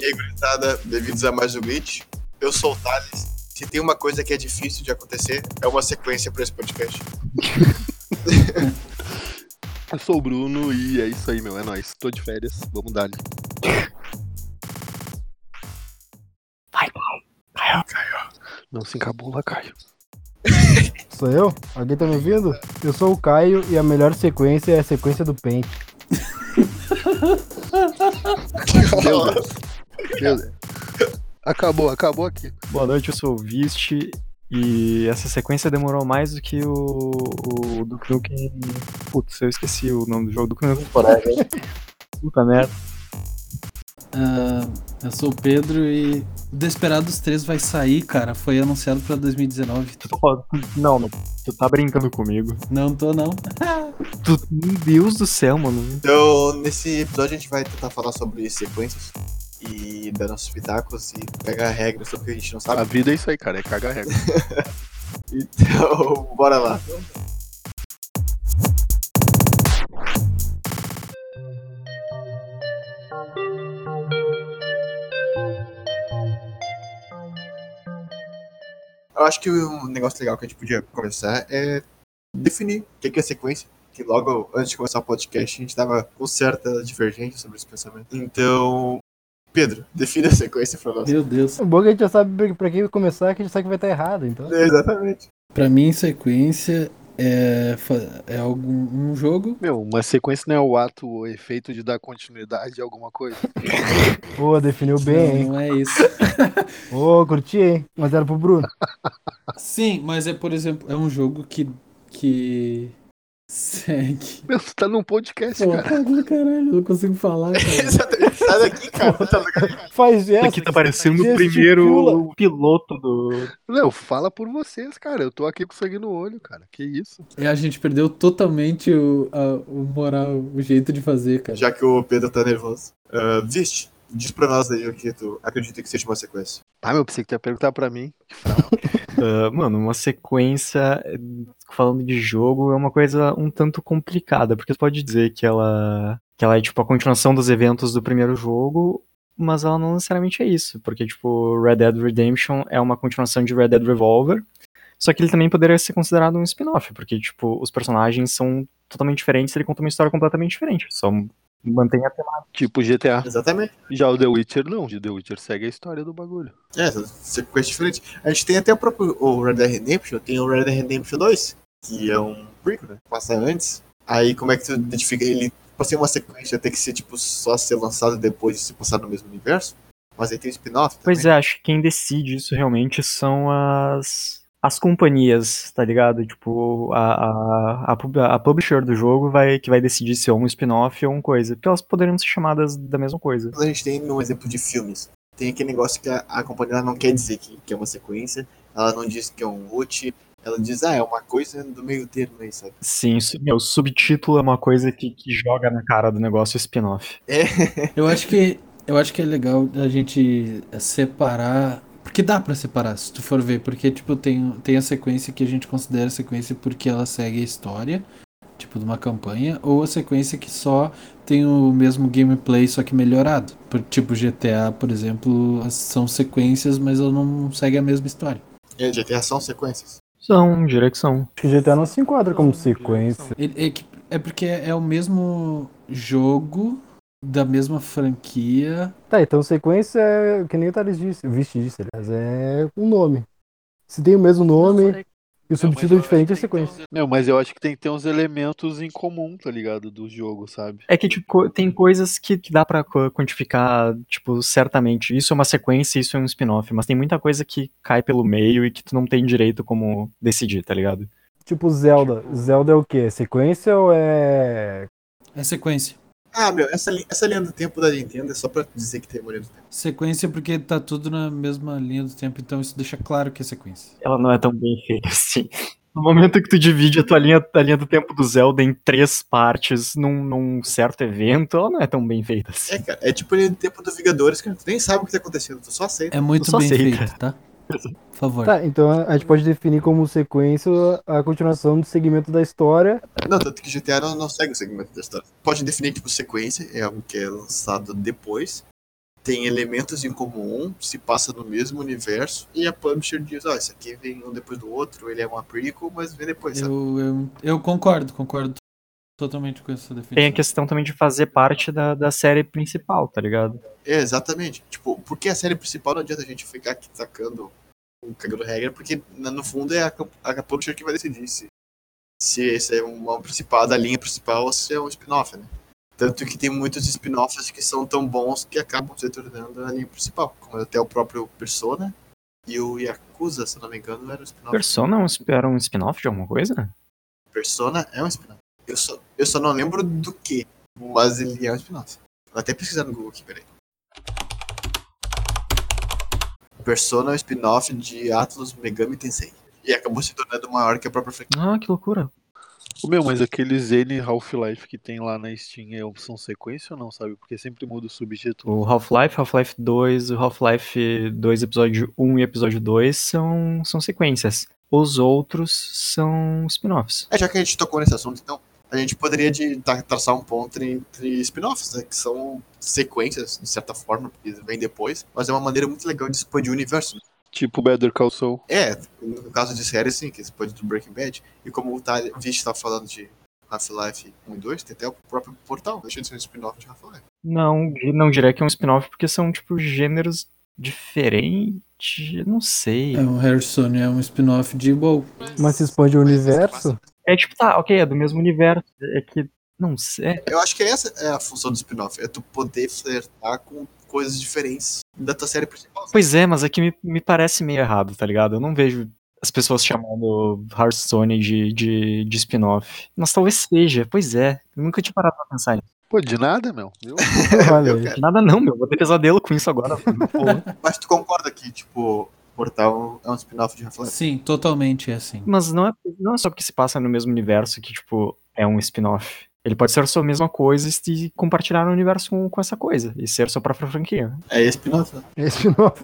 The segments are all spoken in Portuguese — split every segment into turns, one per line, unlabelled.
estrada devido a mais um hit. Eu sou o Thales. Se tem uma coisa que é difícil de acontecer, é uma sequência para esse podcast.
Eu sou o Bruno e é isso aí, meu. É nóis. Tô de férias. Vamos dar ali.
Vai,
Caio. Caio. Não se encabula, Caio.
Sou eu? Alguém tá me ouvindo? Eu sou o Caio e a melhor sequência é a sequência do pente.
Meu Deus. Meu Deus. Acabou, acabou aqui.
Boa noite, eu sou o Vist. E essa sequência demorou mais do que o, o Duke Nukem. Putz, eu esqueci o nome do jogo. Duke Nukem Forever. Puta merda.
Ah, eu sou o Pedro e o Desperados 3 vai sair, cara. Foi anunciado pra 2019.
Tu tá falando- Não, não, tu tá brincando comigo.
Não tô, não.
Tu, meu Deus do céu, mano.
Então, nesse episódio a gente vai tentar falar sobre sequências e dar nossos pitacos e pegar regras sobre o que a gente não
A
sabe.
vida é isso aí, cara. É cagar regra.
Então, bora lá. Eu acho que um negócio legal que a gente podia começar é definir o que que é sequência. Que logo antes de começar o podcast a gente tava com certa divergência sobre esse pensamento. Então, Pedro, defina a sequência pra nós.
Meu Deus.
O bom é que a gente já sabe pra quem começar, que a gente sabe que vai estar errado, então.
Exatamente.
Pra mim, sequência é, fa- é algum, um jogo.
Meu, uma sequência não é o ato ou efeito de dar continuidade a alguma coisa.
Ô, definiu bem, hein?
Não, não é isso.
Ô, curti, hein? Mas era pro Bruno.
Sim, mas é, por exemplo, é um jogo que. que. segue.
Meu, tu tá num podcast,
Pô,
cara.
caralho, não consigo falar, cara.
Exatamente. Sai daqui, cara. Sai daqui.
Faz essa.
Aqui tá parecendo o
Gesticula.
primeiro piloto do.
Não, fala por vocês, cara. Eu tô aqui com sangue no olho, cara. Que isso?
É, a gente perdeu totalmente o, a- o moral, o jeito de fazer, cara.
Já que o Pedro tá nervoso. Ah, Vist, diz pra nós aí o que tu acredita que seja uma sequência.
Ah, meu, pensei que tu ia perguntar pra mim.
Ah, mano, uma sequência eh, falando de jogo é uma coisa um tanto complicada, porque tu pode dizer que ela, que ela é tipo a continuação dos eventos do primeiro jogo, mas ela não necessariamente é isso, porque tipo Red Dead Redemption é uma continuação de Red Dead Revolver, só que ele também poderia ser considerado um spin-off, porque tipo os personagens são totalmente diferentes, ele conta uma história completamente diferente, só mantém a temática.
Tipo GTA.
Exatamente.
Já o The Witcher não. O The Witcher segue a história do bagulho.
É, são sequências diferentes. A gente tem até o próprio o Red Dead Redemption, tem o Red Dead Redemption 2, que é um prequel, né? Passa antes. Aí como é que tu identifica ele? Pra ser uma sequência tem que ser, tipo, só ser lançado depois de se passar no mesmo universo. Mas aí tem o spin-off também.
Pois é, acho que quem decide isso realmente são as as companhias, tá ligado? Tipo, a, a, a, pub- a publisher do jogo vai que vai decidir se é um spin-off ou uma coisa. Porque elas poderiam ser chamadas da mesma coisa.
Quando a gente tem um exemplo de filmes, tem aquele negócio que a, a companhia ela não quer dizer que, que é uma sequência, ela não diz que é um rote, ela diz, ah, é uma coisa do meio termo é aí, sabe?
Sim, su- meu, subtítulo é uma coisa que, que joga na cara do negócio spin-off.
Eu acho que eu acho que é legal a gente separar, porque dá pra separar, se tu for ver, porque tipo tem tem a sequência que a gente considera sequência porque ela segue a história, tipo de uma campanha, ou a sequência que só tem o mesmo gameplay só que melhorado. Por, tipo GTA, por exemplo, as- são sequências, mas ela não segue a mesma história.
É, GTA são sequências.
São, direção.
Acho que GTA não se enquadra como sequência.
Ele- É, que- é porque é o mesmo jogo da mesma franquia.
Tá, então sequência é que nem o Thales disse, o Vist disse, aliás, é um nome. Se tem o mesmo nome e o subtítulo é diferente, é sequência.
Meu, mas eu acho que tem que ter uns elementos em comum, tá ligado? Do jogo, sabe?
É que tipo, co- tem coisas que, que dá pra co- quantificar, tipo, certamente. Isso é uma sequência, isso é um spin-off. Mas tem muita coisa que cai pelo meio e que tu não tem direito como decidir, tá ligado?
Tipo Zelda. Zelda é o quê? Sequência ou é.
É sequência.
Ah, meu, essa, li- essa linha do tempo da Nintendo é só pra dizer que tem uma linha do tempo.
Sequência porque tá tudo na mesma linha do tempo, então isso deixa claro que é sequência.
ela não é tão bem feita assim. No momento que tu divide a tua linha, a linha do tempo do Zelda em três partes num, num certo evento, ela não é tão bem feita assim.
É, cara, é tipo a linha do tempo do Vingadores, cara, tu nem sabe o que tá acontecendo, tu só aceita.
É muito
só
bem
aceita.
feito, tá? Por favor.
Tá, então a gente pode definir como sequência a continuação do segmento da história.
Não, tanto que GTA não, não segue o segmento da história. Pode definir, tipo, sequência, é algo que é lançado depois. tem elementos em comum, se passa no mesmo universo, e a publisher diz, ó, isso aqui vem um depois do outro, ele é uma prequel, mas vem depois, sabe?
Eu, eu, eu concordo, concordo totalmente com essa definição.
Tem a questão também de fazer parte da, da série principal, tá ligado?
É, exatamente. Tipo, porque a série principal não adianta a gente ficar aqui sacando um cagando regra, porque na- no fundo é a, camp- a publisher que vai decidir se, se esse é uma principal, da linha principal ou se é um spin-off, né? Tanto que tem muitos spin-offs que são tão bons que acabam se tornando a linha principal, como até o próprio Persona e o Yakuza, se não me engano, era um spin-off.
Persona é um sp- era um spin-off de alguma coisa?
Persona é um spin-off. Eu só, eu só não lembro do que, mas ele é um spin-off. Vou até pesquisar no Google aqui, peraí. Persona é um spin-off de Atlas Megami Tensei. E acabou se tornando maior que a própria franquia.
Ah, que loucura.
Ô, Meu, mas aqueles N Half-Life que tem lá na Steam é opção sequência ou não, sabe? Porque sempre muda o subtítulo.
O Half-Life, Half-Life 2, o Half-Life 2 episódio 1 e episódio 2 são, são sequências. Os outros são spin-offs.
É, já que a gente tocou nesse assunto, então, a gente poderia de, tra- traçar um ponto entre spin-offs, né? Que são sequências, de certa forma, porque vem depois. Mas é uma maneira muito legal de expandir o universo.
Tipo Better Call Saul.
É, no caso de série, sim, que você pode do Breaking Bad. E como o Tali- o Vich tá falando de Half-Life 1 e 2, tem até o próprio portal. Deixa de ser um spin-off de Half-Life.
Não, não diria que é um spin-off porque são, tipo, gêneros diferentes. Não sei.
É um Harrison, é um spin-off de Bow.
Mas se expande o universo?
É tipo, tá, ok, é do mesmo universo. É que. Não sei.
Eu acho que essa é a função do spin-off. É tu poder flertar com coisas diferentes da tua série principal.
Pois é, mas é que me, me parece meio errado, tá ligado? Eu não vejo as pessoas chamando Hearthstone de, de, de spin-off. Mas talvez seja, pois é. Eu nunca tinha parado pra pensar nisso.
Pô, de nada, meu. Viu?
Olha
Eu
aí.
quero.
Nada não, meu. Vou ter pesadelo com isso agora. Pô.
Mas tu concorda que, tipo, portal é um spin-off de Half-Life?
Sim, totalmente é assim.
mas não é, não é só porque se passa no mesmo universo que, tipo, é um spin-off. Ele pode ser só a mesma coisa e se compartilhar o universo com, com essa coisa. E ser sua própria franquia.
É spin-off, né?
É spin-off.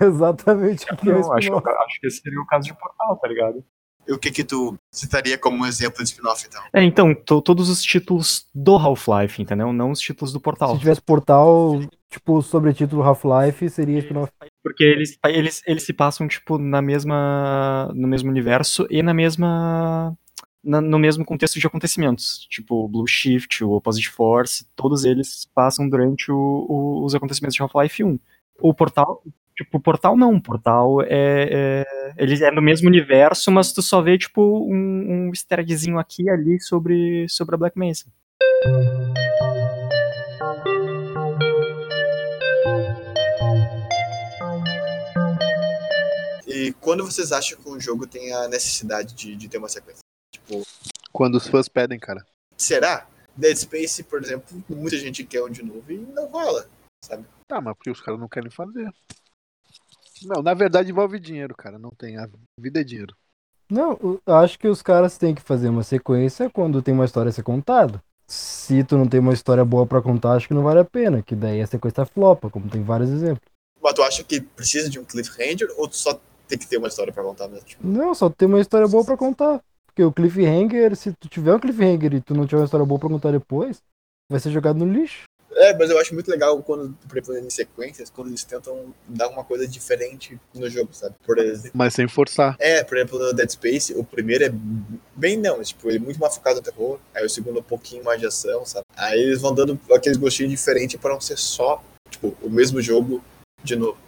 É exatamente o que é
Eu acho,
spin-off.
acho que esse seria o caso de Portal, tá ligado?
E o que que tu citaria como um exemplo de spin-off, então?
É, então, to- todos os títulos do Half-Life, entendeu? Não os títulos do
Se
Portal.
tivesse portal, tipo, sobretítulo Half-Life, seria spin-off.
Porque eles, eles, eles se passam, tipo, na mesma. no mesmo universo e na mesma. na- no mesmo contexto de acontecimentos. Tipo, o Blue Shift, o Opposite Force, todos eles se passam durante o- o- os acontecimentos de Half-Life 1. O Portal. Tipo, o Portal não. O Portal é. é ele é no mesmo universo, mas tu só vê, tipo, um, um easter eggzinho aqui e ali sobre, sobre a Black Mesa.
E quando vocês acham que um jogo tem a necessidade de, de ter uma sequência? Tipo,
Quando os fãs pedem, cara.
Será? Dead Space, por exemplo, muita gente quer um de novo e não rola.
Tá, mas porque os caras não querem fazer. Não, na verdade envolve dinheiro, cara. Não tem. A vida é dinheiro.
Não, o- acho que os caras têm que fazer uma sequência quando tem uma história a ser contada. Se tu não tem uma história boa pra contar, acho que não vale a pena, que daí a sequência flopa, como tem vários exemplos.
Mas tu acha que precisa de um cliffhanger ou tu só tem que ter uma história pra contar mesmo? Tipo,
Não, só tem uma história boa pra contar. Porque o cliffhanger, se tu tiver um cliffhanger e tu não tiver uma história boa pra contar depois, vai ser jogado no lixo.
É, mas eu acho muito legal quando, por exemplo, em sequências, quando eles tentam dar uma coisa diferente no jogo, sabe? Por exemplo.
Mas sem forçar.
É, por exemplo, no Dead Space, o primeiro é bem não, mas, tipo, ele é muito mais focado no terror, aí o segundo é um pouquinho mais de ação, sabe? Aí eles vão dando aqueles gostinhos diferentes pra não ser só, tipo, o mesmo jogo de novo.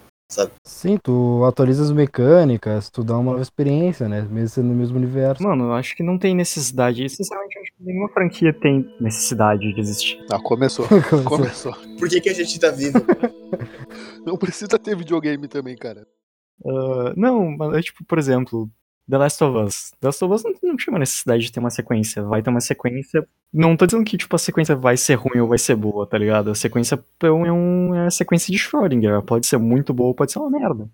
Sim, tu atualiza as mecânicas, tu dá uma nova experiência, né? Mesmo sendo no mesmo universo.
Mano, eu acho que não tem necessidade. Sinceramente, eu acho que nenhuma franquia tem necessidade de existir.
Tá, começou. Começou.
Por que, que a gente tá vivo?
Não precisa ter videogame também, cara.
Ah, não, mas é tipo, por exemplo, The Last of Us. The Last of Us não, não tinha uma necessidade de ter uma sequência. Vai ter uma sequência. Não tô dizendo que, tipo, a sequência vai ser ruim ou vai ser boa, tá ligado? A sequência é, um, é, um- é a sequência de Schrödinger. Ela Pode ser muito boa ou pode ser uma merda.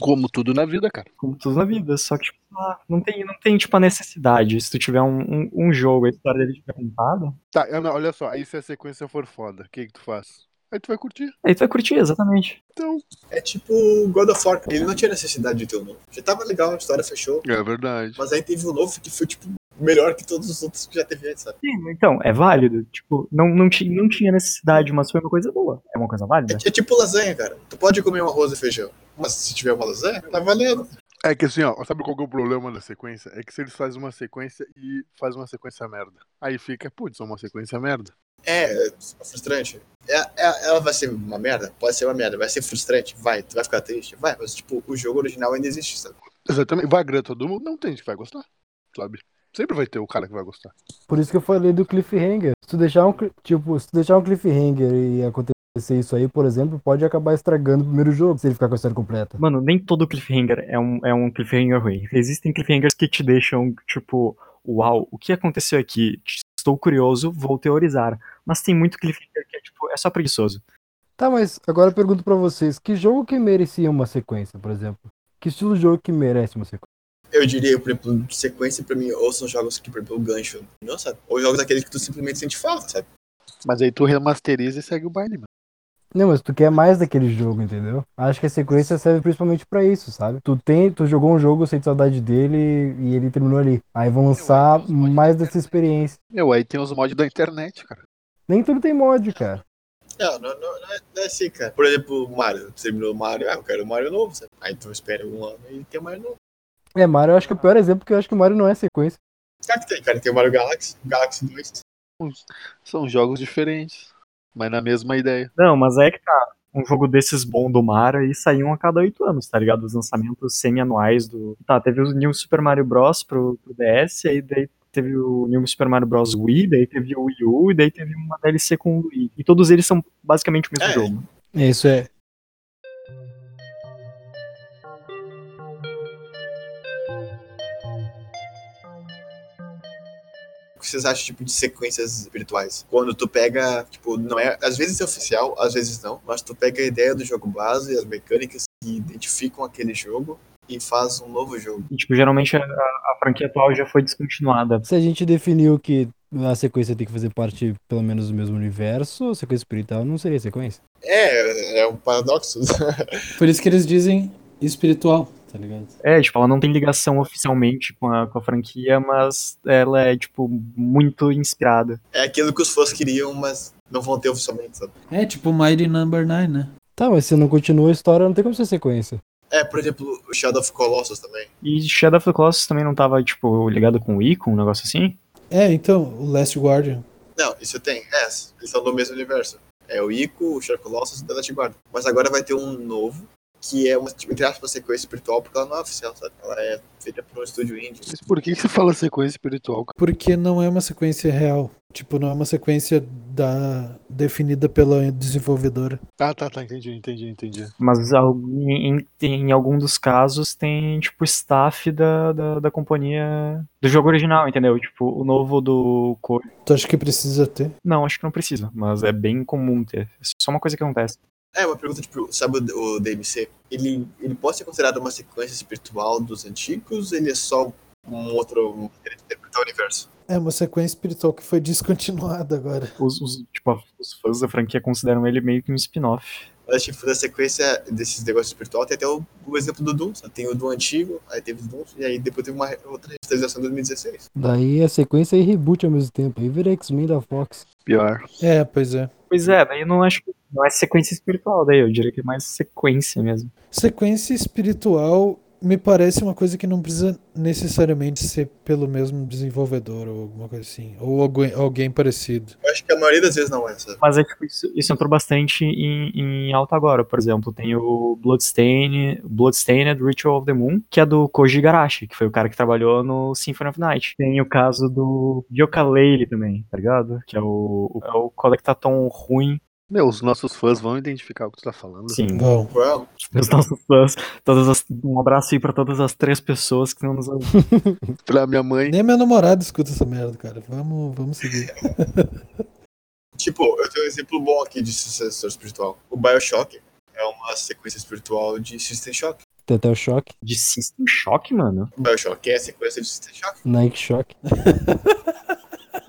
Como tudo na vida, cara.
Como tudo na vida. Só que, tipo, ah, não tem, não tem tipo, a necessidade. Se tu tiver um, um, um jogo e a história dele tiver contada,
Tá, eu não, olha só. Aí se a sequência for foda, o que, que tu faz? Aí tu vai curtir.
aí tu vai curtir, exatamente.
Então.
É tipo God of War. Ele não tinha necessidade de ter um novo. Já tava legal, a história fechou.
É verdade.
Mas aí teve um novo que foi tipo melhor que todos os outros que já teve antes, sabe?
Sim, então, é válido. Tipo, não, não, ti- não tinha necessidade, mas foi uma coisa boa. É uma coisa
É,
válida.
é tipo lasanha, cara. Tu pode comer um arroz e feijão, mas se tiver uma lasanha, tá valendo.
É que assim, ó, sabe qual que é o problema da sequência? É que se eles fazem uma sequência e faz uma sequência merda. Aí fica, putz, é uma sequência merda.
É, é frustrante. É, é- ela vai ser uma merda? Pode ser uma merda. Vai ser frustrante? Vai. Tu vai ficar triste? Vai. Mas, tipo, o jogo original ainda existe, sabe?
Exatamente. Vai agradar todo mundo? Não tem gente que vai gostar, sabe? Sempre vai ter o cara que vai gostar.
Por isso que eu falei do cliffhanger. Se tu deixar um, cli- tipo, se tu deixar um cliffhanger e acontecer isso aí, por exemplo, pode acabar estragando o primeiro jogo se ele ficar com a história completa.
Mano, nem todo cliffhanger é um, é um cliffhanger ruim. Existem cliffhangers que te deixam, tipo, uau, o que aconteceu aqui? Estou curioso, vou teorizar. Mas tem muito cliffhanger que é, tipo, é só preguiçoso.
Tá, mas agora eu pergunto pra vocês, que jogo que merecia uma sequência, por exemplo? Que estilo de jogo que merece uma sequência?
Eu diria, por exemplo, sequência pra mim, ou são jogos que, por exemplo, gancho, não sabe? Ou jogos daqueles que tu simplesmente sente falta, sabe?
Mas aí tu remasteriza e segue o baile, mano.
Não, mas tu quer mais daquele jogo, entendeu? Acho que a sequência serve principalmente pra isso, sabe? Tu tem, tu jogou um jogo, eu sente saudade dele e ele terminou ali. Aí vão lançar mais dessa experiência.
Meu, aí tem os mods da internet, cara.
Nem tudo tem mod, cara.
Não, não, não, não é, não é assim, cara. Por exemplo, Mario. Tu terminou o Mario, ah, eu quero o Mario novo, sabe? Aí tu espera um ano e tem o Mario novo.
É, Mario, eu acho que é o pior exemplo porque eu acho que o Mario não é sequência.
Claro que tem, cara. Tem o Mario Galaxy, Galaxy 2.
São jogos diferentes, mas na mesma ideia.
Não, mas aí é que tá. Um jogo desses bom do Mario aí saiu a cada oito anos, tá ligado? Os lançamentos semi-anuais do. Tá, teve o New Super Mario Bros. pro, pro DS, aí daí teve o New Super Mario Bros. Wii, daí teve o Wii U, e daí teve uma DLC com o Wii. E todos eles são basicamente o mesmo
É.
jogo.
Isso é.
O que vocês acham, tipo, de sequências virtuais? Quando tu pega, tipo, não é... Às vezes é oficial, às vezes não. Mas tu pega a ideia do jogo base e as mecânicas que identificam aquele jogo e faz um novo jogo.
E, tipo, geralmente a, a franquia atual já foi descontinuada.
Se a gente definiu que a sequência tem que fazer parte, pelo menos, do mesmo universo, a sequência espiritual não seria sequência.
É, é um paradoxo.
Por isso que eles dizem espiritual, tá ligado?
É, tipo, ela não tem ligação oficialmente com a, com a franquia, mas ela é, tipo, muito inspirada.
É aquilo que os fãs queriam, mas não vão ter oficialmente, sabe?
É tipo Mighty Number 9, né?
Tá, mas se não continua a história, não tem como ser sequência.
É, por exemplo, o Shadow of Colossus também.
E Shadow of the Colossus também não tava, tipo, ligado com o Wii, com um negócio assim?
É, então, o Last Guardian.
Não, isso tem. É, eles são do mesmo universo. É o Ico, o Shadow of Colossus e o The Last Guard. Mas agora vai ter um novo, que é uma, tipo, entre aspas, sequência espiritual, porque ela não é oficial, sabe? Ela é feita por um estúdio indie.
Mas por que que você fala sequência espiritual, cara?
Porque não é uma sequência real. Tipo, não é uma sequência da... definida pela desenvolvedora.
Ah, tá, tá, entendi, entendi, entendi.
Mas al- em, em- em algum dos casos tem, tipo, staff da, da, da companhia do jogo original, entendeu? Tipo, o novo do Co-
Tu acha que precisa ter?
Não, acho que não precisa, mas é bem comum ter. É só uma coisa que acontece.
É, uma pergunta, tipo, sabe o, o DMC? Ele, ele pode ser considerado uma sequência espiritual dos antigos? Ele é só um outro uma maneira de interpretar o universo?
É uma sequência espiritual que foi descontinuada agora.
Os, os- tipo, os fãs da franquia consideram ele meio que um spin-off.
Mas, tipo, da sequência desses negócios espiritual, tem até o, o exemplo do Doom, sabe? Tem o Doom antigo, aí teve o Doom, e aí depois teve uma re- outra remasterização em 2016.
Daí é sequência e reboot ao mesmo tempo. Aí vira X-Men da Fox.
Pior.
É, pois é.
Pois é, daí eu não acho que não é sequência espiritual, daí eu diria que é mais sequência mesmo.
Sequência espiritual me parece uma coisa que não precisa necessariamente ser pelo mesmo desenvolvedor ou alguma coisa assim. Ou alguém, alguém parecido.
Eu acho que a maioria das vezes não é, sabe?
Mas é tipo, isso, isso entrou bastante em, em alta agora, por exemplo, tem o Bloodstain, Bloodstained Ritual of the Moon, que é do Koji Garashi, que foi o cara que trabalhou no Symphony of Night. Tem o caso do Yooka-Laylee também, tá ligado? Que é o, o, é o Colectaton ruim,
Meu, os nossos fãs vão identificar o que tu tá falando.
sim.
Bom,
Well,
Os nossos fãs, todas as- um abraço aí pra todas as três pessoas que estão nos ouvindo.
Pra minha mãe.
nem meu namorado escuta essa merda, cara. Vamos, vamos seguir.
tipo, eu tenho um exemplo bom aqui de sucessor espiritual. O Bioshock é uma sequência espiritual de System Shock.
Tem até o Shock,
de System Shock, mano.
O Bioshock é a sequência de System Shock.
Nike Shock.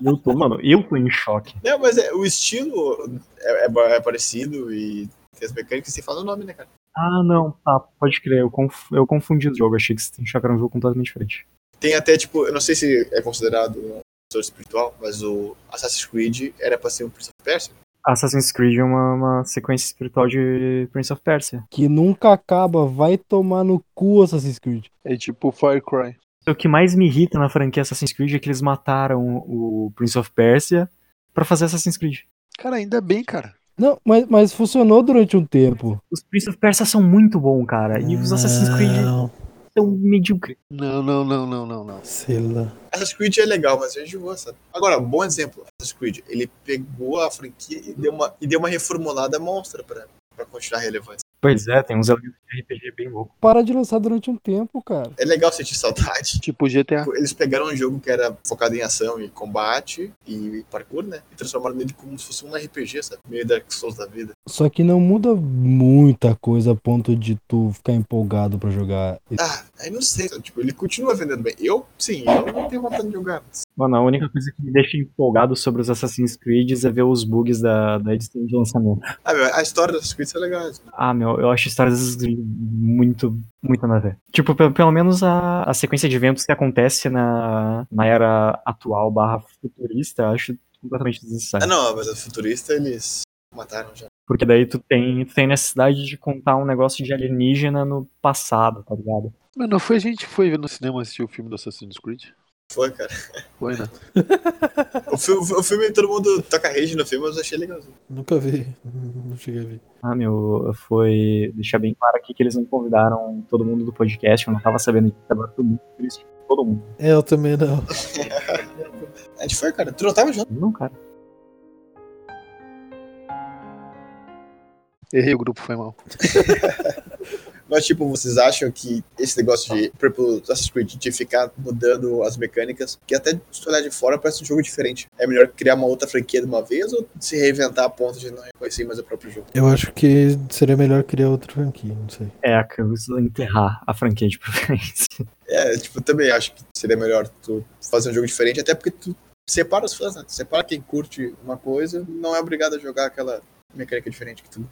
Eu tô, mano, eu tô em choque.
Não, mas é, o estilo é, é ba- é parecido e tem as mecânicas e fala o nome, né, cara?
Ah, não, tá, pode crer, eu, conf- eu confundi o jogo, achei que System Shock era um jogo completamente diferente.
Tem até, tipo, eu não sei se é considerado um sucessor espiritual, mas o Assassin's Creed era pra ser um Prince of Persia.
Assassin's Creed é uma, uma sequência espiritual de Prince of Persia.
Que nunca acaba, vai tomar no cu Assassin's Creed.
É tipo Far Cry.
O que mais me irrita na franquia Assassin's Creed é que eles mataram o Prince of Persia pra fazer Assassin's Creed.
Cara, ainda bem, cara.
Não, mas, mas funcionou durante um tempo.
Os Prince of Persia são muito bons, cara. E os Assassin's Creed
Não,
são medíocres.
Não, não, não, não, não, não.
sei lá.
Assassin's Creed é legal, mas eu enjoou, sabe? Agora, bom exemplo, Assassin's Creed. Ele pegou a franquia e deu uma, e deu uma reformulada monstra pra, pra continuar relevante.
Pois é, tem uns elementos de RPG bem louco.
Para de lançar durante um tempo, cara.
É legal sentir saudade.
Tipo GTA.
Tipo, Eles pegaram um jogo que era focado em ação e combate e parkour, né? E transformaram nele como se fosse um RPG, sabe? Meio Dark Souls da vida.
Só que não muda muita coisa a ponto de tu ficar empolgado pra jogar.
Ah, aí não sei, sabe? Tipo, ele continua vendendo bem. Eu, sim, eu não tenho vontade de jogar. mas-
Mano, a única coisa que me deixa empolgado sobre os Assassin's Creed é ver os bugs da, da edição de lançamento.
Ah, meu, a história das Creed é legal. né?
Ah, meu, eu acho histórias do Assassin's Creed muito, muito nada a ver. Tipo, pelo, pelo menos a, a sequência de eventos que acontece na, na era atual barra futurista, eu acho completamente
Ah,
desnecessário.
não, mas a futurista eles mataram já.
Porque daí tu tem, tu tem necessidade de contar um negócio de alienígena no passado, tá ligado?
Mano, foi a gente que foi ver no cinema assistir o filme do Assassin's Creed?
Foi, cara.
Foi, né?
O filme, o filme todo mundo toca rede no filme, mas eu achei legal.
Nunca vi. Não cheguei a ver.
Ah, meu, foi deixar bem claro aqui que eles não convidaram todo mundo do podcast, eu não tava sabendo disso, agora tô muito triste com todo mundo.
É, eu também não.
A gente foi, cara. Tu não tava junto?
Não, cara.
Errei o grupo, foi mal.
Mas, tipo, vocês acham que esse negócio de, por exemplo, Assassin's Creed, de ficar mudando as mecânicas, que até se tu olhar de fora parece um jogo diferente. É melhor criar uma outra franquia de uma vez ou se reinventar a ponto de não reconhecer mais o próprio jogo?
Eu acho que seria melhor criar outra franquia, não sei.
É, a enterrar a franquia de preferência.
É, tipo, também acho que seria melhor tu fazer um jogo diferente, até porque tu separa os fãs, né? Tu separa quem curte uma coisa, não é obrigado a jogar aquela mecânica diferente que tu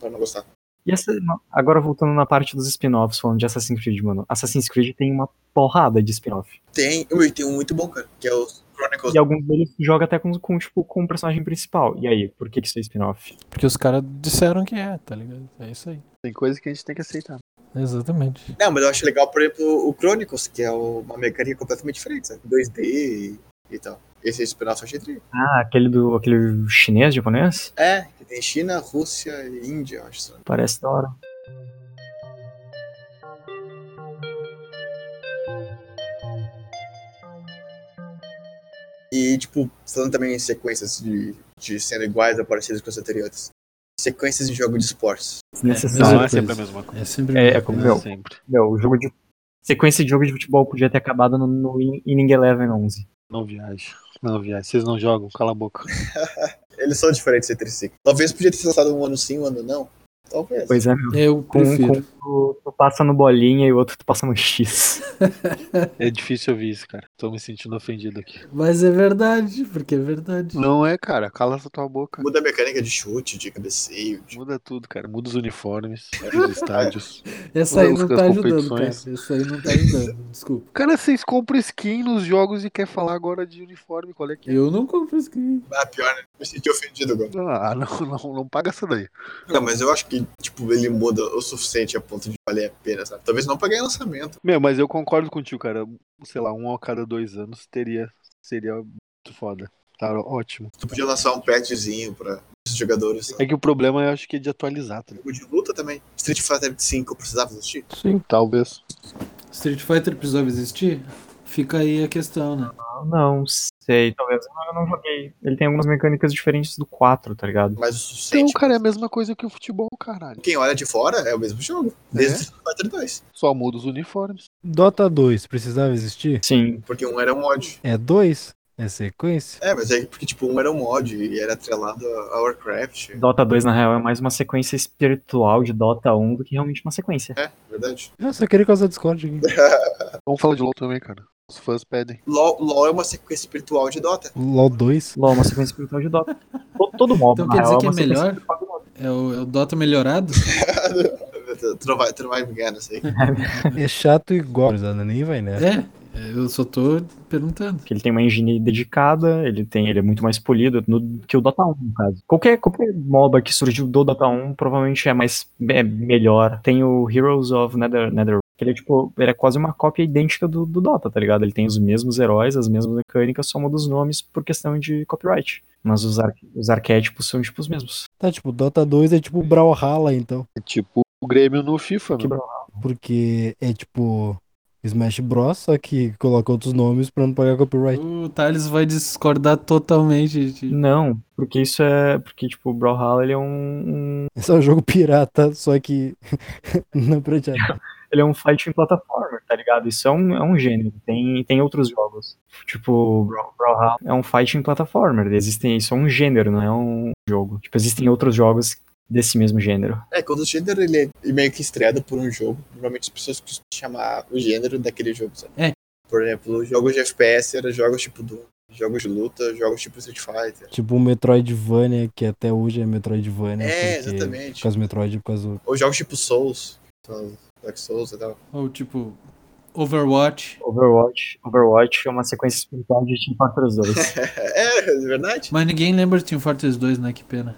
pra não gostar.
E essa, não, agora voltando na parte dos spin-offs, falando de Assassin's Creed, mano. Assassin's Creed tem uma porrada de spin-off.
Tem, meu, e tem um muito bom, cara, que é o Chronicles.
E alguns deles tu joga até com, com, tipo, com o personagem principal. E aí, por que, que isso é spin-off?
Porque os caras disseram que é, tá ligado? É isso aí.
Tem coisa que a gente tem que aceitar.
Exatamente.
Não, mas eu acho legal, por exemplo, o Chronicles, que é o- uma mecânica completamente diferente, sabe? 2D e, e tal. Esse spin-off eu achei tri.
Ah, aquele do aquele chinês, japonês?
É, que tem China, Rússia e Índia, eu acho. sabe?
Parece da hora.
E, tipo, falando também em sequências de, de sendo iguais ou parecidas com as anteriores. Sequências de jogo de esportes.
Não,
Desnecessário.
não é sempre a
mesma coisa.
É sempre.
É, é como
Não é
meu,
sempre.
meu, o jogo de. Sequência de jogo de futebol podia ter acabado no, no In- Inning Eleven 11.
Não viaja. Não viaja. Vocês não jogam, cala a boca.
Eles são diferentes entre si. Talvez podia ter lançado um ano sim, um ano não. Talvez.
Pois é, meu.
Eu
Com um com-
prefiro.
tu, tu passa no bolinha e o outro tu passa no X.
É difícil ouvir isso, cara. Tô me sentindo ofendido aqui.
Mas é verdade, porque é verdade.
Não é, cara. Cala essa tua boca.
Muda a mecânica de chute, de cabeceio. de-
Muda tudo, cara. Muda os uniformes, os estádios.
Essa aí não
Música,
tá ajudando, cara.
competições.
Essa aí não tá ajudando. Desculpa.
Cara, vocês compram skin nos jogos e quer falar agora de uniforme, qual é que é?
Eu não compro skin.
Ah, pior, né? Me senti ofendido agora.
Ah, não, não, não paga essa daí.
Não, mas eu acho que, tipo, ele muda o suficiente a ponto de valer a pena, sabe? Talvez não pra ganhar lançamento.
Meu, mas eu concordo contigo, cara. Sei lá, um a cada dois anos teria, seria muito foda. Tá ótimo.
Tu podia lançar um patchzinho pra esses jogadores. sabe?
É que o problema eu acho que é de atualizar, tá ligado?
Jogo de luta também. Street Fighter 5 precisava existir?
Sim.
Talvez.
Street Fighter precisava existir? Fica aí a questão, né?
Não sei, talvez. Eu não joguei. Ele tem algumas mecânicas diferentes do 4, tá ligado?
Mas o
Então,
suficiente.
cara, é a mesma coisa que o futebol, caralho.
Quem olha de fora é o mesmo jogo. Desde
É?
Street Fighter 2.
Só muda os uniformes.
Dota 2 precisava existir?
Sim.
Porque um era um mod.
É 2? É sequência?
É, mas é porque, tipo, um era um mod e era atrelado a a Warcraft.
Dota 2, na real, é mais uma sequência espiritual de Dota 1 do que realmente uma sequência.
É, verdade.
Eu só queria causar Discord aqui.
Vamos falar de LOL também, cara. Os fãs pedem.
LOL, LOL é uma sequência espiritual de Dota.
LOL 2?
LOL, é uma sequência espiritual de Dota. Todo, todo mob,
Então
na
quer dizer
real,
que
uma
é
sequência
melhor?
espiritual de Dota.
É o, é o Dota melhorado?
tu, não vai, tu não vai me ganhar, não sei.
É chato igual, gurizada, nem vai né?
É, Eu só tô perguntando.
Que ele tem uma engine dedicada, ele tem, ele é muito mais polido no- que o Dota 1, no caso. Qualquer, qualquer MOBA que surgiu do Dota 1 provavelmente é mais é melhor. Tem o Heroes of Nether, Nether que ele é tipo, ele é quase uma cópia idêntica do, do Dota, tá ligado? Ele tem os mesmos heróis, as mesmas mecânicas, só muda os nomes por questão de copyright. Mas os, ar- os arquétipos são tipo os mesmos.
Tá, tipo, Dota 2 é tipo Brawlhalla, então.
É tipo o Grêmio no FIFA,
Que
né?
Porque é tipo Smash Bros, só que coloca outros nomes pra não pagar copyright.
O Thales vai discordar totalmente de
Não, porque isso é. Porque, tipo, o Brawlhalla ele é um, um-
É só um jogo pirata, só que é na prateleira.
Ele é um fighting platformer, tá ligado? Isso é um, é um gênero. Tem, tem outros jogos. Tipo, Brawl- Brawlhalla é um fighting platformer. Existem, isso é um gênero, não é um jogo. Tipo, existem outros jogos desse mesmo gênero.
É, quando o gênero ele é meio que estreado por um jogo, normalmente as pessoas costumam chamar o gênero daquele jogo, sabe?
É.
Por exemplo, jogos de FPS eram jogos tipo do jogos de luta, jogos tipo Street Fighter.
Tipo o Metroidvania, que até hoje é Metroidvania.
É,
porque- Por
exatamente.
causa do Metroid, por causa do...
Ou jogos tipo Souls, então, Dark Souls e tal.
ou tipo Overwatch.
Overwatch, Overwatch é uma sequência espiritual de Team Fortress 2.
É, é verdade.
Mas ninguém lembra de Team Fortress 2, né? Que pena.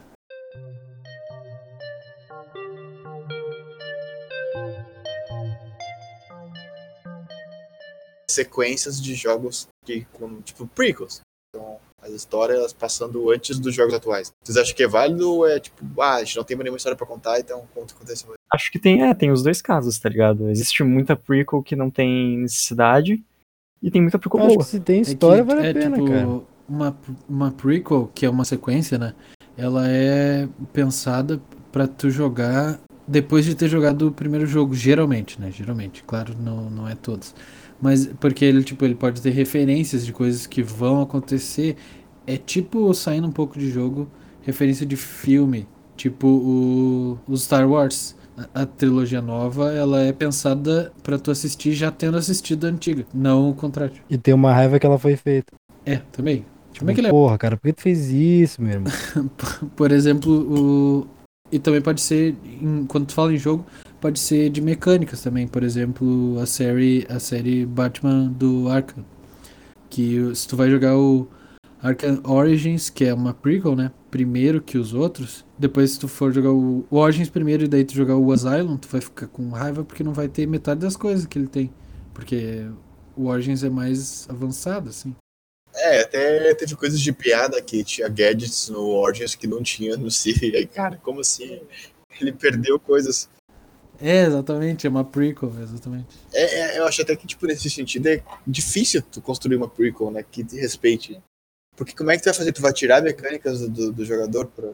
Sequências de jogos que com tipo prequels. Então, as histórias elas passando antes dos jogos atuais. Vocês acham que é válido ou é tipo, ah, a gente não tem mais nenhuma história pra contar, então conta o que aconteceu.
Acho que tem, é, tem os dois casos, tá ligado? Existe muita prequel que não tem necessidade e tem muita prequel
Acho que
boa.
se tem
É que
história, vale
é
a pena,
tipo,
cara.
Uma, uma prequel, que é uma sequência, né? Ela é pensada pra tu jogar depois de ter jogado o primeiro jogo, geralmente, né? Geralmente, claro, não, não é todos. Mas porque ele, tipo, ele pode ter referências de coisas que vão acontecer. É tipo, saindo um pouco de jogo, referência de filme. Tipo o, o Star Wars. A, a trilogia nova, ela é pensada pra tu assistir já tendo assistido a antiga. Não o contrário.
E tem uma raiva que ela foi feita. Tipo,
É, também. Como é que ele
Porra, cara, por que tu fez isso, meu irmão?
Por exemplo, o. E também pode ser, em- quando tu fala em jogo, pode ser de mecânicas também. Por exemplo, a série, a série Batman do Arkham. Que o- se tu vai jogar o Arkham Origins, que é uma prequel, né? Primeiro que os outros. Depois, se tu for jogar o, o Origins primeiro e daí tu jogar o Asylum, tu vai ficar com raiva porque não vai ter metade das coisas que ele tem. Porque o Origins é mais avançado, assim.
É, até teve coisas de piada que tinha gadgets no Origins que não tinha no Siri. Aí, cara, como assim? Ele perdeu coisas.
É, exatamente, é uma prequel, exatamente.
É, é, eu acho até que, tipo, nesse sentido é difícil tu construir uma prequel, né? Que te respeite. Porque como é que tu vai fazer? Tu vai tirar mecânicas do, do jogador pra,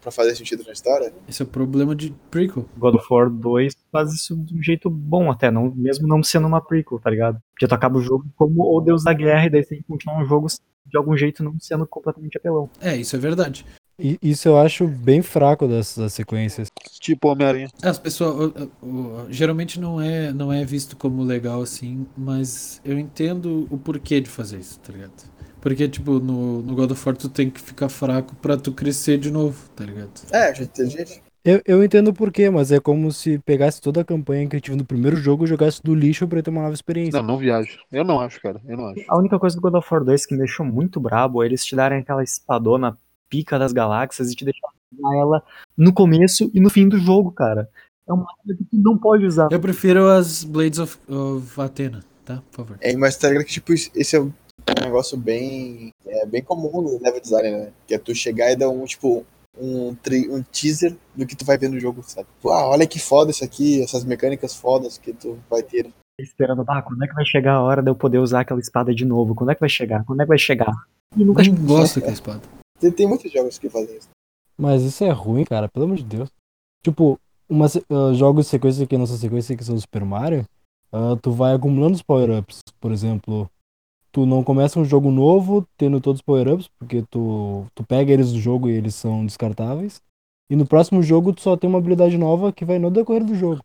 pra fazer sentido na história?
Esse é o problema de prequel.
God of War 2 faz isso de um jeito bom até, não, mesmo não sendo uma prequel, tá ligado? Porque tu acaba o jogo como o Deus da Guerra e daí você tem que continuar um jogo de algum jeito não sendo completamente apelão.
É, isso é verdade.
E isso eu acho bem fraco dessas das sequências.
Tipo Homem-Aranha.
As pessoas o- o- geralmente não é, não é visto como legal assim, mas eu entendo o porquê de fazer isso, tá ligado? Porque, tipo, no, no God of War tu tem que ficar fraco pra tu crescer de novo, tá ligado?
É, já teve gente.
Eu, eu entendo por quê, mas é como se pegasse toda a campanha que eu tive no primeiro jogo e jogasse do lixo pra eu ter uma nova experiência.
Não, não viajo. Eu não acho, cara. Eu não acho.
A única coisa do God of War 2 que me deixou muito brabo é eles te darem aquela espadona pica das galáxias e te deixarem usar ela no começo e no fim do jogo, cara. É uma coisa que tu não pode usar.
Eu prefiro as Blades of, of Athena, tá? Por favor.
É, mas tá ligado que, tipo, esse é um negócio bem, é, bem comum no level design, né? Que é tu chegar e dar um, tipo, um, tri- um teaser do que tu vai ver no jogo, sabe? Tipo, ah, olha que foda isso aqui, essas mecânicas fodas que tu vai ter.
Esperando, ah, quando é que vai chegar a hora de eu poder usar aquela espada de novo? Quando é que vai chegar? Quando é que vai chegar? E nunca
Nem gosto daquela espada.
Tem, tem muitos jogos que fazem isso.
Mas isso é ruim, cara, pelo amor de Deus. Tipo, uma, se- ah, jogos de sequência que não são sequência, que são Super Mario, ah, tu vai acumulando os power-ups. Por exemplo, tu não começa um jogo novo tendo todos os power-ups, porque tu, tu pega eles do jogo e eles são descartáveis. E no próximo jogo tu só tem uma habilidade nova que vai no decorrer do jogo.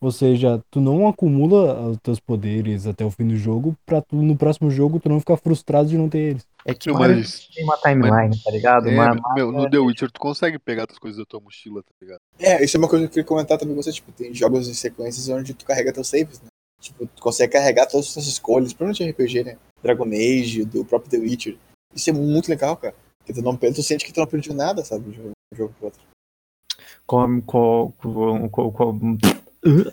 Ou seja, tu não acumula ah, os teus poderes até o fim do jogo pra tu, no próximo jogo tu não ficar frustrado de não ter eles.
É que
Meu,
Mario
mas.
tem uma timeline, tá ligado?
É,
Uma-
meu, no The Witcher tu consegue pegar as coisas da tua mochila, tá ligado?
É, isso é uma coisa que eu queria comentar também com você, tipo, tem jogos e sequências onde tu carrega teus saves, né? Tipo, tu consegue carregar todas as suas escolhas, principalmente RPG, né? Dragon Age, do próprio The Witcher. Isso é muito legal, cara. Porque tu, não, tu sente que tu não perdeu nada, sabe? De um jogo pro outro.
Com, com, com, com, com-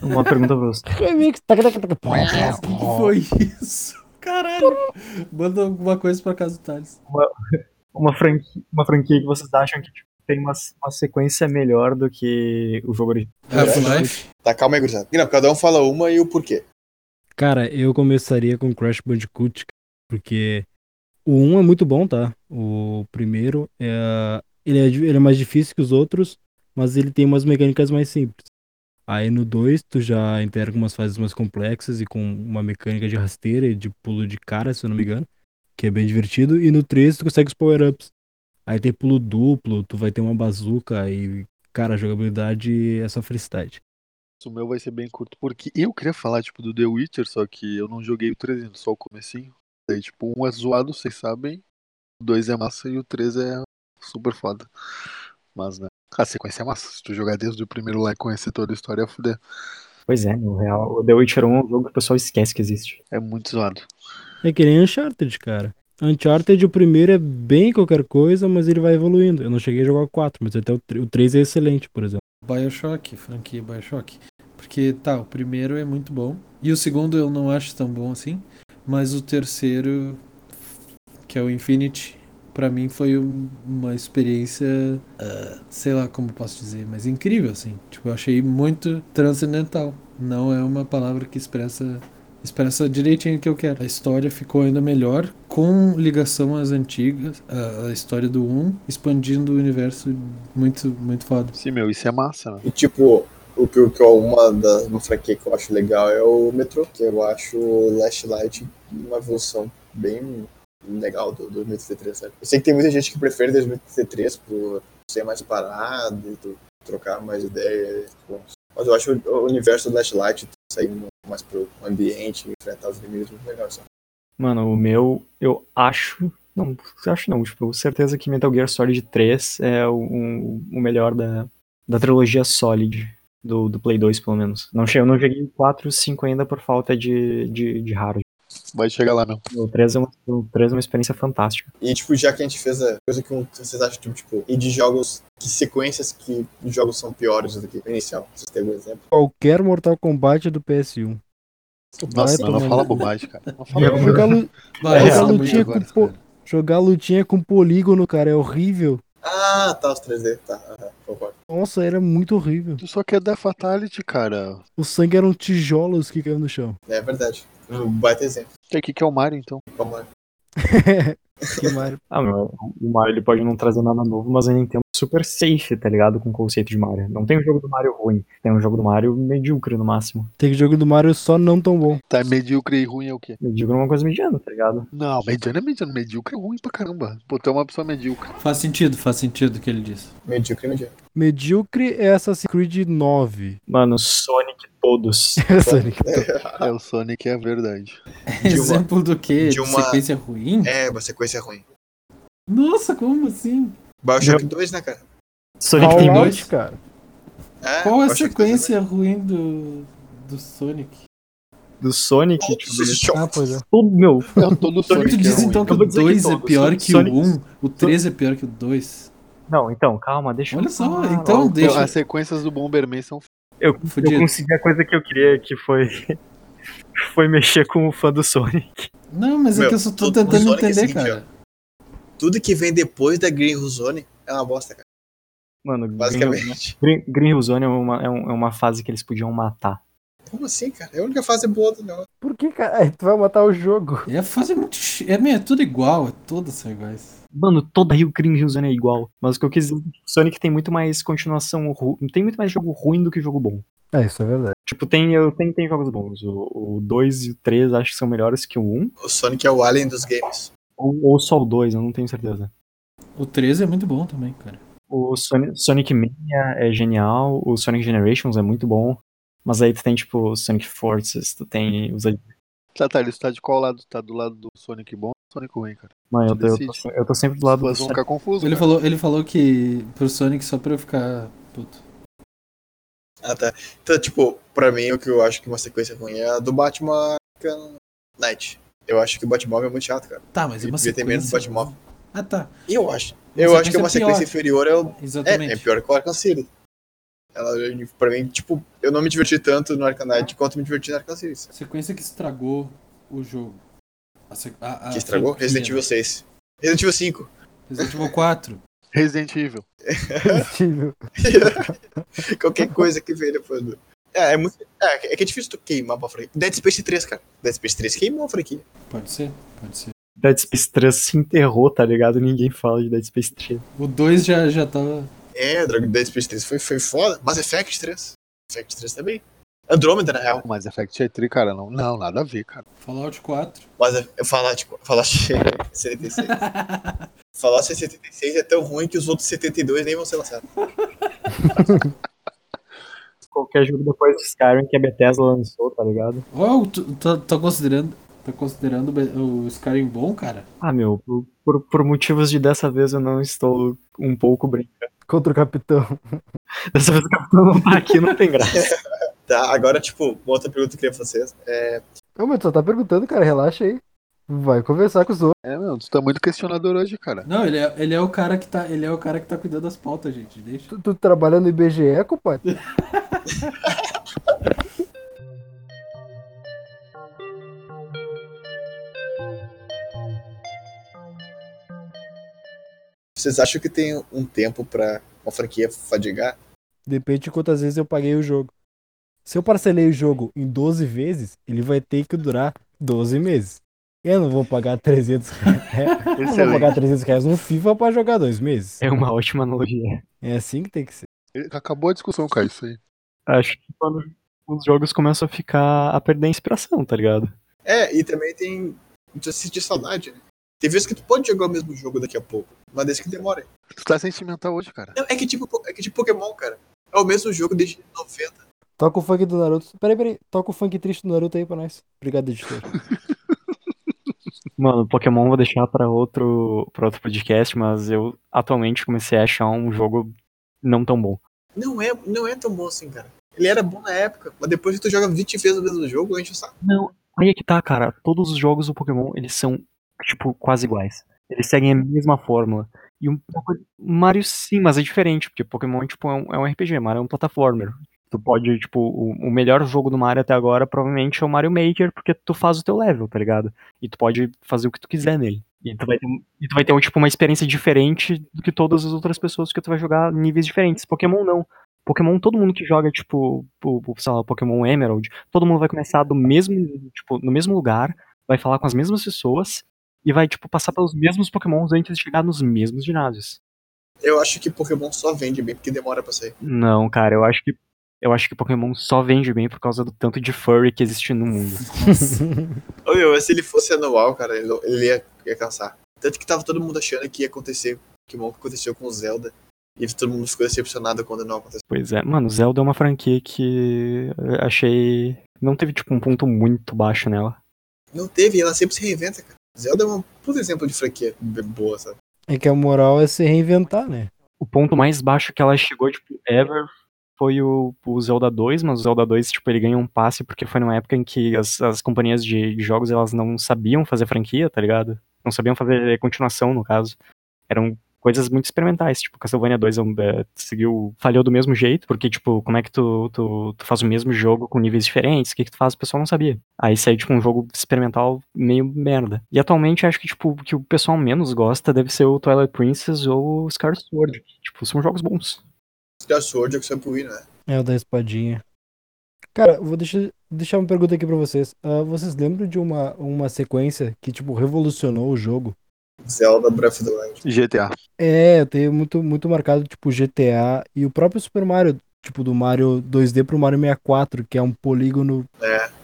uma pergunta pra você.
Remix. Taca, taca, taca. Pô,
O que foi isso? Caralho! Manda alguma coisa pra casa do Thales.
Uma franquia, uma franquia que vocês acham que tipo, tem uma, uma sequência melhor do que o jogo original.
Half-Life?
Tá, calma aí, gurizada. Não, cada um fala uma e o porquê.
Cara, eu começaria com Crash Bandicoot, porque o 1 é muito bom, tá? O primeiro é. Ele é, di- ele é mais difícil que os outros, mas ele tem umas mecânicas mais simples. Aí no 2, tu já integra com umas fases mais complexas e com uma mecânica de rasteira e de pulo de cara, se eu não me engano, que é bem divertido. E no 3, tu consegue os power-ups. Aí tem pulo duplo, tu vai ter uma bazuca e, cara, a jogabilidade é só felicidade.
O meu vai ser bem curto, porque eu queria falar, tipo, do The Witcher, só que eu não joguei o 3, só o comecinho. Daí, tipo, um é zoado, vocês sabem, o 2 é massa e o 3 é super foda. Mas, né, a sequência é massa. Se tu jogar desde o primeiro lá e conhecer toda a história, é fuder.
Pois é, no real, o The Witcher 1 é um jogo que o pessoal esquece que existe.
É muito zoado.
É que nem Uncharted, cara. Uncharted, o primeiro é bem qualquer coisa, mas ele vai evoluindo. Eu não cheguei a jogar o 4, mas até o 3 é excelente, por exemplo.
Bioshock, franquia Bioshock. Porque, tá, o primeiro é muito bom. E o segundo eu não acho tão bom assim. Mas o terceiro, que é o Infinity, pra mim foi um- uma experiência, ah, sei lá como posso dizer, mas incrível, assim. Tipo, eu achei muito transcendental. Não é uma palavra que expressa expressa direitinho o que eu quero. A história ficou ainda melhor com ligação às antigas, ah, a a história do 1, expandindo o universo muito, muito foda.
Sim, meu, isso é massa, né?
E tipo, o que, o que eu- uma, da, uma franquia que eu acho legal é o Metro, que eu acho o Last Light uma evolução bem legal do, do 2033, sabe? Eu sei que tem muita gente que prefere 2033 por ser mais parado, e tu trocar mais ideias. com- Mas eu acho o, o universo do Last Light sair mais pro ambiente, enfrentar os inimigos, muito legal, sabe?
Mano, o meu, eu acho. Não, acho não, tipo, certeza que Metal Gear Solid 3 é o, um- o melhor da, da trilogia Solid, do, do Play 2, pelo menos. Não che- eu não joguei o 4 e 5 ainda por falta de, de, de hardware.
Vai chegar lá, meu.
O 3 é uma, o 3 é uma experiência fantástica.
E, tipo, já que a gente fez a coisa que um- que vocês acham, tipo, tipo, e de jogos, que sequências que jogos são piores do que o inicial? Vocês têm algum exemplo?
Qualquer Mortal Kombat é do PS1.
Nossa,
Vai É,
meu, não
tomar
fala
no cu.
bobagem, cara. Não fala
Eu-
bobagem.
Jogar, lu-
Vai,
É,
essa
jogar
realmente
mulher-
lutinha
agora,
com po- jogar lutinha com polígono, cara, é horrível.
Ah, tá, os 3D, tá, aham, concordo.
Nossa, era muito horrível.
Tu só quer dar fatality, cara.
O sangue eram tijolos que caíam no chão.
É verdade. Um baita exemplo.
Tem que que é o Mario, então.
Vamos lá.
que Mario.
Ah, meu, o Mario ele pode não trazer nada novo, mas a Nintendo é super safe, tá ligado? Com o conceito de Mario. Não tem um jogo do Mario ruim, tem um jogo do Mario medíocre no máximo.
Tem jogo do Mario só não tão bom.
Tá, medíocre e ruim é o quê?
Medíocre é uma coisa mediana, tá ligado?
Não, mediano é mediano. Medíocre é ruim pra caramba. Pô, tu é uma pessoa medíocre.
Faz sentido, faz sentido o que ele disse.
Medíocre, medíocre.
Medíocre é Assassin's Creed 9.
Mano, Sonic todos.
Sonic.
É, o Sonic é a verdade.
uma-
Exemplo do que?
de
De
uma-
sequência ruim?
É, uma sequência ruim.
Nossa, como assim?
Bioshock 2, né, cara?
Sonic tem
Fallout.
muito.
dois?
cara.
É,
Qual é a
Bioshock
sequência ruim do, do Sonic?
Do Sonic, tipo,
2 é legal.
Ah, pois é.
todo, meu,
É todo Sonic
Tu
é
diz
ruim.
então que
Eu
o
vou dizer que
2 é
todos.
pior que
Sonic-
o 1, o 3 é pior que o 2.
Não, então, calma, deixa eu
Olha só,
falar
então
logo.
Então,
deixa-
As sequências do Bomberman são.
Eu, eu
Fudido.
consegui a coisa que eu queria, que foi. foi mexer com o fã do Sonic.
Não, mas é
Meu,
que eu só tô
o- o
tentando
Sonic é
entender,
seguinte,
cara.
Tudo que vem depois da Green Hill Zone é uma bosta, cara.
Mano, Green,
Basicamente.
Green, Green Hill Zone é uma, é, um- é uma fase que eles podiam matar.
Como assim, cara? É a única fase boa do negócio.
Por que, cara? Tu vai matar o jogo.
É fazer muito. chi- É, meu, é tudo igual, é todas são iguais.
Mano, toda Rio Green Hill Zone é igual. Mas o que eu quis dizer é que Sonic tem muito mais continuação ruim. Tem muito mais jogo ruim do que jogo bom.
É, isso é verdade.
Tipo, tem, eu, tem, tem jogos bons. O 2 e o 3 acho que são melhores que o 1. Um,
O Sonic é o alien dos games.
ou, ou só o 2, eu não tenho certeza.
O 13 é muito bom também, cara.
O Sonic, Sonic Mania é genial, o Sonic Generations é muito bom, mas aí tu tem, tipo, Sonic Forces, tu tem os... ad-
Tá, tá, ele está de qual lado? Tá do lado do Sonic bom ou do Sonic ruim, cara?
Mano, eu, tô- eu tô,
decide.
eu tô sempre do lado do
Vocês vão
Sonic.
ficar confuso. né?
Ele
cara.
falou, ele falou que pro Sonic só pra eu ficar puto.
Ah, tá. Então, tipo, pra mim, o que eu acho que uma sequência ruim é a do Batman Arkham Knight. Eu acho que o Batman é muito chato, cara.
Tá, mas é uma
Devia ter
sequência.
menos Batmóvel.
Ah, tá.
Eu acho.
Uma
eu acho que é uma
sequência
sequência inferior ao, É,
Exatamente.
é pior que o Arkham City. Ela, pra mim, tipo, eu não me diverti tanto no Arkham Knight quanto me diverti no Arkham City.
Sequência que estragou o jogo. A sequ- a- a
Que estragou?
franquia,
Resident Evil
né?
6. Resident Evil 5.
Resident Evil 4.
Resident Evil.
Possível.
Qualquer coisa que vem depois do. É, é muito. É, é que é difícil tu queimar pra franquia. Dead Space 3, cara. Dead Space 3 queimou a franquia.
Pode ser? Pode ser.
Dead Space 3 se enterrou, tá ligado? Ninguém fala de Dead Space 3.
O 2 já, tá já tava.
É, Dragon Dead Space 3 foi, foi foda. Mass Effect 3. Mass Effect 3 também. Andrômeda, na real.
Mas Effect é tri, cara. Não, não, nada a ver, cara.
Fallout 4.
Mas eu falar, tipo, falar 76. falar 76 é tão ruim que os outros 72 nem vão ser lançados.
Qualquer jogo depois do Skyrim que a Bethesda lançou, tá ligado?
Oh, tu tá, tá considerando. Tá considerando o Skyrim bom, cara?
Ah, meu, por, por- por motivos de dessa vez eu não estou um pouco brincando.
Contra o capitão.
Dessa vez o Capitão não tá aqui, não tem graça.
Tá, agora, tipo, uma outra pergunta que eu queria pra vocês. É,
Não, mas tu só tá perguntando, cara. Relaxa aí. Vai conversar com os outros.
É, meu, tu tá muito questionador hoje, cara.
Não, ele é, ele é o cara que tá. Ele é o cara que tá cuidando das pautas, gente. Deixa.
Tu, tu trabalha no IBGE, compadre?
vocês acham que tem um tempo pra uma franquia fadigar?
Depende de quantas vezes eu paguei o jogo. Se eu parcelei o jogo em 12 vezes, ele vai ter que durar 12 meses. Eu não vou pagar 300 reais. Eu não vou pagar 300 reais no FIFA pra jogar dois meses.
É uma ótima analogia.
É assim que tem que ser.
Acabou a discussão, cara, isso aí.
Acho que quando os jogos começam a ficar a perder a inspiração, tá ligado?
É, e também tem. Tu sentir saudade, né? Tem vezes que tu pode jogar o mesmo jogo daqui a pouco, mas desde que demora.
Tu tá sentimental hoje, cara.
Não, é que tipo, é que tipo Pokémon, cara. É o mesmo jogo desde 90.
Toca o funk do Naruto. Peraí, peraí. Toca o funk triste do Naruto aí pra nós. Obrigado, editor.
Mano, Pokémon eu vou deixar pra outro, pra outro podcast, mas eu atualmente comecei a achar um jogo não tão bom.
Não é, não é tão bom assim, cara. Ele era bom na época, mas depois que tu joga 20 vezes o mesmo jogo, a gente sabe.
Não, aí é que tá, cara. Todos os jogos do Pokémon, eles são, tipo, quase iguais. Eles seguem a mesma fórmula. E um uma coisa- Mario sim, mas é diferente, porque Pokémon, tipo, é um, é um RPG, Mario é um platformer. Tu pode, tipo, o, o melhor jogo do Mario até agora provavelmente é o Mario Maker, porque tu faz o teu level, tá ligado? E tu pode fazer o que tu quiser nele. E tu vai ter, um- e tu vai ter um, tipo, uma experiência diferente do que todas as outras pessoas que tu vai jogar em níveis diferentes. Pokémon não. Pokémon, todo mundo que joga, tipo, o- o, sei lá, Pokémon Emerald, todo mundo vai começar do mesmo, tipo, no mesmo lugar, vai falar com as mesmas pessoas e vai, tipo, passar pelos mesmos pokémons antes de chegar nos mesmos ginásios.
Eu acho que Pokémon só vende bem porque demora pra sair.
Não, cara, eu acho que eu acho que Pokémon só vende bem por causa do tanto de furry que existe no mundo.
Ô meu, se ele fosse anual, cara, ele, não- ele ia, ia cansar. Tanto que tava todo mundo achando que ia acontecer Pokémon que aconteceu com o Zelda. E todo mundo ficou decepcionado quando não aconteceu.
Pois é, mano, Zelda é uma franquia que eu achei não teve tipo um ponto muito baixo nela.
Não teve, e ela sempre se reinventa, cara. Zelda é um puto exemplo de franquia b- boa, sabe?
É que a moral é se reinventar, né?
O ponto mais baixo que ela chegou tipo ever foi o, o Zelda 2, mas o Zelda 2, tipo, ele ganha um passe porque foi numa época em que as, as companhias de jogos, elas não sabiam fazer franquia, tá ligado? Não sabiam fazer continuação, no caso. Eram coisas muito experimentais, tipo, Castlevania 2 é um- é, seguiu, falhou do mesmo jeito, porque, tipo, como é que tu, tu, tu faz o mesmo jogo com níveis diferentes, o que que tu faz, o pessoal não sabia. Aí saiu, tipo, um jogo experimental meio merda. E atualmente, acho que, tipo, o que o pessoal menos gosta deve ser o Twilight Princess ou o Skyward Sword, que, tipo, são jogos bons.
Skyward Sword é que saiu pro Wii, né?
É o da espadinha. Cara, eu vou deixar, deixar uma pergunta aqui pra vocês. Ah, vocês lembram de uma, uma sequência que, tipo, revolucionou o jogo?
Zelda Breath of the Wild.
GTA.
É, eu tenho muito, muito marcado, tipo, GTA e o próprio Super Mario, tipo, do Mario 2D pro Mario 64, que é um polígono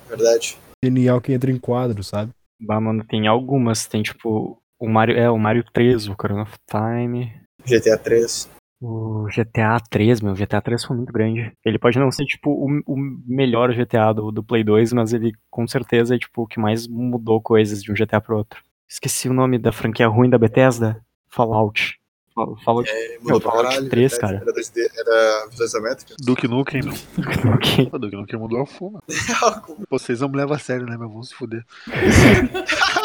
Verdade.
genial que entra em quadro, sabe?
Bah, mano, tem algumas, tem, tipo, o Mario, é, o Mario 3, o Corona of Time...
GTA 3.
O GTA 3, meu, GTA 3 foi muito grande. Ele pode não ser, tipo, o, o melhor GTA do, do Play 2, mas ele com certeza é, tipo, o que mais mudou coisas de um GTA pro outro. Esqueci o nome da franquia ruim da Bethesda? Fallout. Fal- Fallout,
é,
meu, Fallout 3, cara.
Era, 2D, era visão isométrica.
Duke Nukem.
Ok.
Pô, Duke Nukem mudou a fuma.
Algo.
Vocês não me levam a sério, né, meu? Vamos se fuder.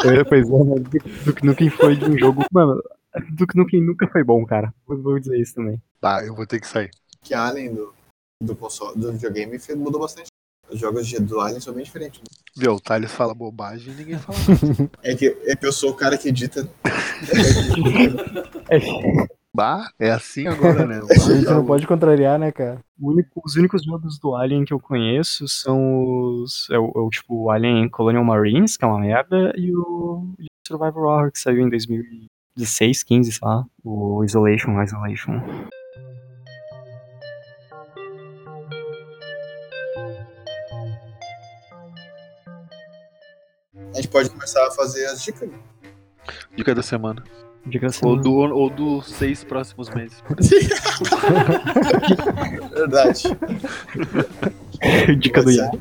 É, Pois é, né? Duke- Duke Nukem foi de um jogo. Mano, Duke Nukem nunca foi bom, cara. Vou vou dizer isso também.
Tá, eu vou ter que sair.
que Alien do, do console, do videogame fe- mudou bastante. Os jogos de- do Alien são bem diferentes. né?
Viu, o Thales fala bobagem e ninguém fala.
É que, é que eu sou o cara que edita.
Bah, é assim agora, né?
A gente não pode contrariar, né, cara?
O único- os únicos jogos do Alien que eu conheço são os. É o, é o, tipo o Alien Colonial Marines, que é uma merda, e o, e o Survivor Horror, que saiu em 2016, 15, sei lá. O Isolation, o Isolation.
A gente pode começar a fazer as dicas. né?
Dica da semana.
Diga assim.
Ou do, ou dos seis próximos meses.
Verdade.
Dica do
Pode ser.
Yahoo.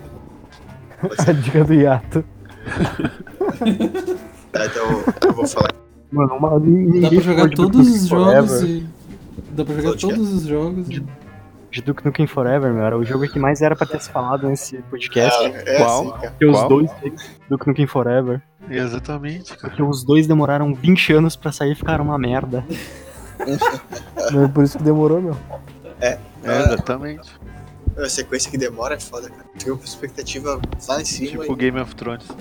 A dica do hiato.
Tá, então eu vou falar.
Mano, uma,
Dá
ninguém
pra jogar
pode
todos os
Forever.
jogos e. Dá pra jogar
Pode, cara.
todos os jogos. e-
De Duke Nukem Forever, meu, era o jogo que mais era pra ter se falado nesse podcast.
Ah,
É, é
Qual?
assim, cara.
porque os
qual?
dois. Duke Nukem Forever.
Exatamente, cara.
Porque os dois demoraram 20 anos pra sair e ficaram uma merda.
Não é por isso que demorou, meu.
É, exatamente.
A É sequência que demora é foda, cara. Chega com expectativa lá em cima.
Tipo Game of Thrones.
E...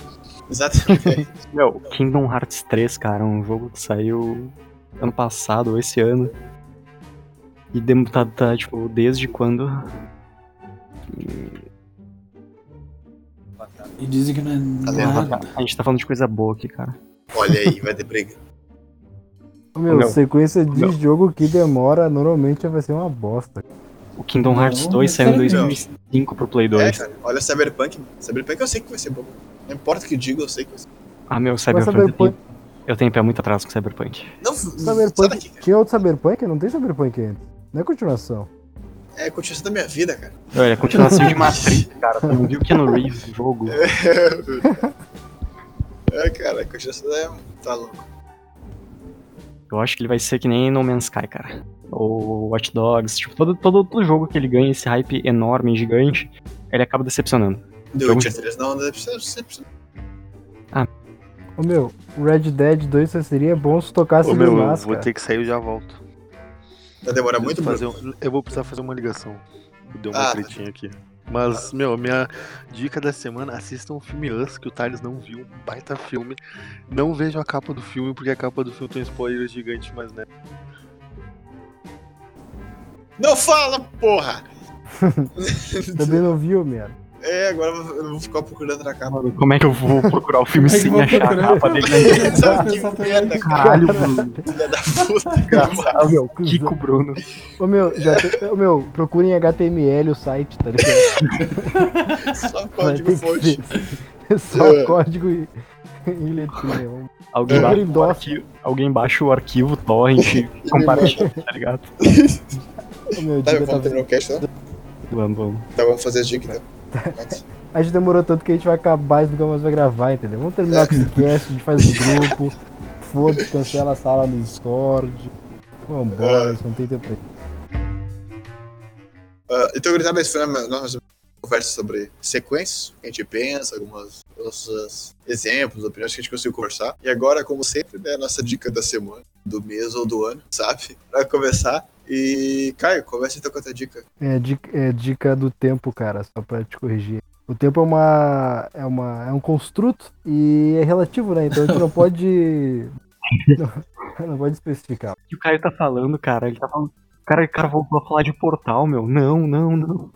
Exatamente.
Meu, Kingdom Hearts 3, cara, um jogo que saiu ano passado, ou esse ano. E dem- tá, tá, tipo, desde quando.
E dizem que não é nada.
A gente tá falando de coisa boa aqui, cara.
Olha aí, vai ter briga.
Meu,
Não.
sequência de
Não.
jogo que demora normalmente vai ser uma bosta.
O Kingdom
Não,
Hearts
é
2
não
saiu em
quero ver.
2005 pro Play
É,
2.
cara, olha Cyberpunk. mano. Cyberpunk eu sei que vai ser bom. Não importa o que eu digo, eu sei que vai ser
Ah, meu,
Mas
Cyberpunk. eu tenho-
Cyberpunk,
Eu tenho pé muito atrás com Cyberpunk.
Não, sai daqui,
Cyberpunk,
cara.
tinha outro Cyberpunk? Não tem Cyberpunk ainda. Não é continuação.
É continuação da minha vida, cara.
Olha, continuação de Matrix, cara. Tu não viu o Keanu Reeves no jogo?
É, cara, continuação da... Tá louco.
Eu acho que ele vai ser que nem No Man's Sky, cara. Ou Watch Dogs. Tipo, todo, todo, todo jogo que ele ganha esse hype enorme, gigante, ele acaba decepcionando.
The
Jogo
Witcher 3 não, não é preciso- não é preciso-
Ô, meu, Red Dead 2 só seria bom se tocasse
Ô,
o
meu, eu
máscara.
vou ter que sair, eu já volto.
Vai demorar muito
fazer
Bruno.
um- Eu vou precisar fazer uma ligação. Deu uma
Ah.
tretinha aqui. Mas, meu, minha dica da semana, assistam um filme Us, que o Thales não viu, um baita filme. Não vejam a capa do filme, porque a capa do filme tem um spoiler gigante, mas né.
Não fala, porra!
Também não viu, merda.
é, agora eu vou- eu vou ficar procurando na capa.
Mano, como é que eu vou procurar o filme
Como é que eu
sem
vou
achar
né?
procurar?
a capa dele? na internet?
Sabe
Exatamente.
que merda, cara.
Caralho, Bruno.
Filha da puta, cara.
Ah, meu, Kiko Bruno.
Ô, meu, já te... Ô, meu, procurem HTML o site, tá ligado?
Só
Vai
código
ter que
fonte.
ser Só o código e, e letrinha. vamos.
Alguém
É.
baixa, o
Grindoff.
arquivo, alguém baixa o arquivo torrent e
É
compartilha, tá ligado?
Ô, meu,
Tá,
diga,
vamos
tá...
terminar o cast, né?
Vamos, vamos.
Tá, vamos fazer as dicas, então.
A gente demorou tanto que a gente vai acabar e nunca mais vai gravar, entendeu? Vamos terminar com esse cast, a gente faz o grupo. Foda-se, cancela a sala no Discord. Vambora, isso não tem tempo pra isso.
Ah, então, gritando, esse foi a nossa conversa sobre sequências, o que a gente pensa, algumas nossos exemplos, opiniões que a gente conseguiu conversar. E agora, como sempre, né, a nossa dica da semana, do mês ou do ano, sabe? Pra começar. E, Caio, começa então com a tua dica.
É, dica, é dica do tempo, cara, só pra te corrigir. O tempo é uma. é uma. é um construto e é relativo, né? Então a gente não pode. Não, não pode especificar.
O que o Caio tá falando, cara? Ele tá falando. Cara, o cara voltou a falar de portal, meu. Não, não, não.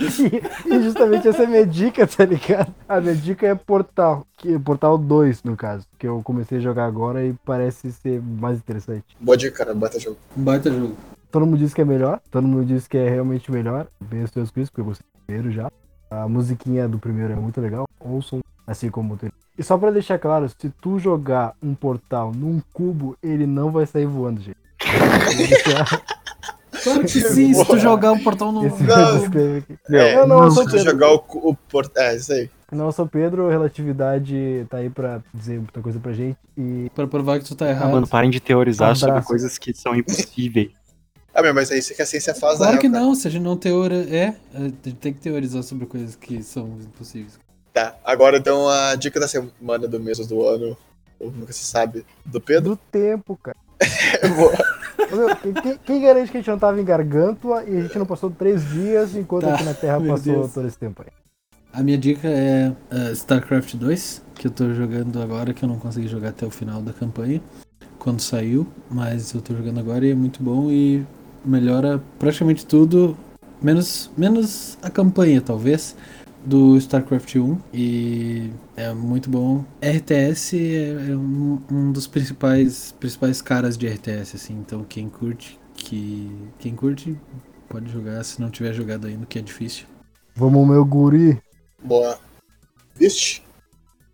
E, e justamente essa é a minha dica, tá ligado? A minha dica é Portal, que, Portal 2, no caso, que eu comecei a jogar agora e parece ser mais interessante.
Boa dica, cara, bata jogo.
Um baita jogo.
Todo mundo diz que é melhor, todo mundo diz que é realmente melhor. Bem os teus Cristo, porque eu gostei do primeiro já. A musiquinha do primeiro é muito legal, ouçam, assim como o teu. E só pra deixar claro, se tu jogar um portal num cubo, ele não vai sair voando, gente. Vou deixar
Claro que sim, se tu jogar o portal no.
Esse
Não.
disclaimer aqui.
É,
eu não
se
sou
tu
tiro.
jogar o, cu- o portal. É, isso aí.
Não, eu sou Pedro, relatividade tá aí pra dizer muita coisa pra gente. E
Pra provar que tu tá
Ah,
errado.
mano, parem de teorizar
Abraço.
sobre coisas que são impossíveis.
Ah, meu, mas é isso que a ciência faz,
claro
né,
que
cara?
não, se a gente não teora. É, a gente tem que teorizar sobre coisas que são impossíveis.
Tá, agora então a dica da semana, do mês, ou do ano, ou nunca se sabe, do Pedro.
do tempo, cara.
Eu vou-
Meu, quem- quem, quem garante que a gente não tava em Gargantua e a gente não passou três dias enquanto
Tá,
aqui na Terra
meu
passou
Deus.
todo esse tempo aí?
A minha dica é eh, StarCraft 2, que eu tô jogando agora, que eu não consegui jogar até o final da campanha, quando saiu, mas eu tô jogando agora e é muito bom e melhora praticamente tudo, menos, menos a campanha, talvez, do StarCraft 1. E é muito bom. RTS é, é um, um dos principais, principais caras de RTS, assim, então quem curte, que, quem curte pode jogar, se não tiver jogado ainda, que é difícil.
Vamos, meu guri.
Boa. Vixe?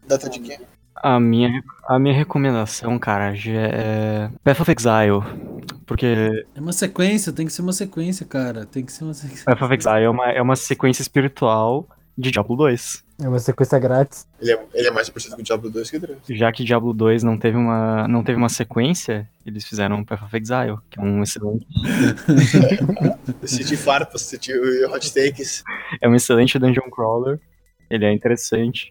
Data de quem?
A minha, a minha recomendação, cara, já é Path of Exile. Porque
É uma sequência, tem que ser uma sequência, cara. Tem que ser uma sequência.
Path of Exile é uma, é uma sequência espiritual de Diablo 2.
É uma sequência grátis.
Ele é, ele é mais parecido com o Diablo 2 que o 3.
Já que Diablo 2 não teve uma, não teve uma sequência, eles fizeram um Path of Exile, que é um excelente,
Eu senti farpas, senti hot takes.
é um excelente dungeon crawler. Ele é interessante.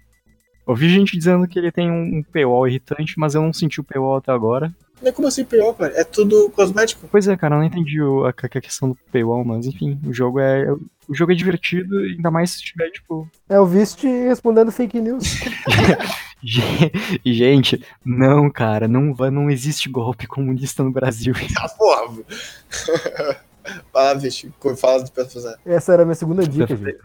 Ouvi gente dizendo que ele tem um um paywall irritante, mas eu não senti o paywall até agora.
Não é como assim pior, cara? É tudo cosmético.
Pois é, cara, eu não entendi o- a, a questão do paywall, mas enfim, o jogo é, o jogo é divertido, ainda mais se tiver, tipo,
É o Vist respondendo fake news.
Gen- Gente, não, cara, não, vai- não existe golpe comunista no Brasil.
Ah, porra. Fala, vixe. co- Fala do Pedro Fazenda.
Essa era a minha segunda dica, gente.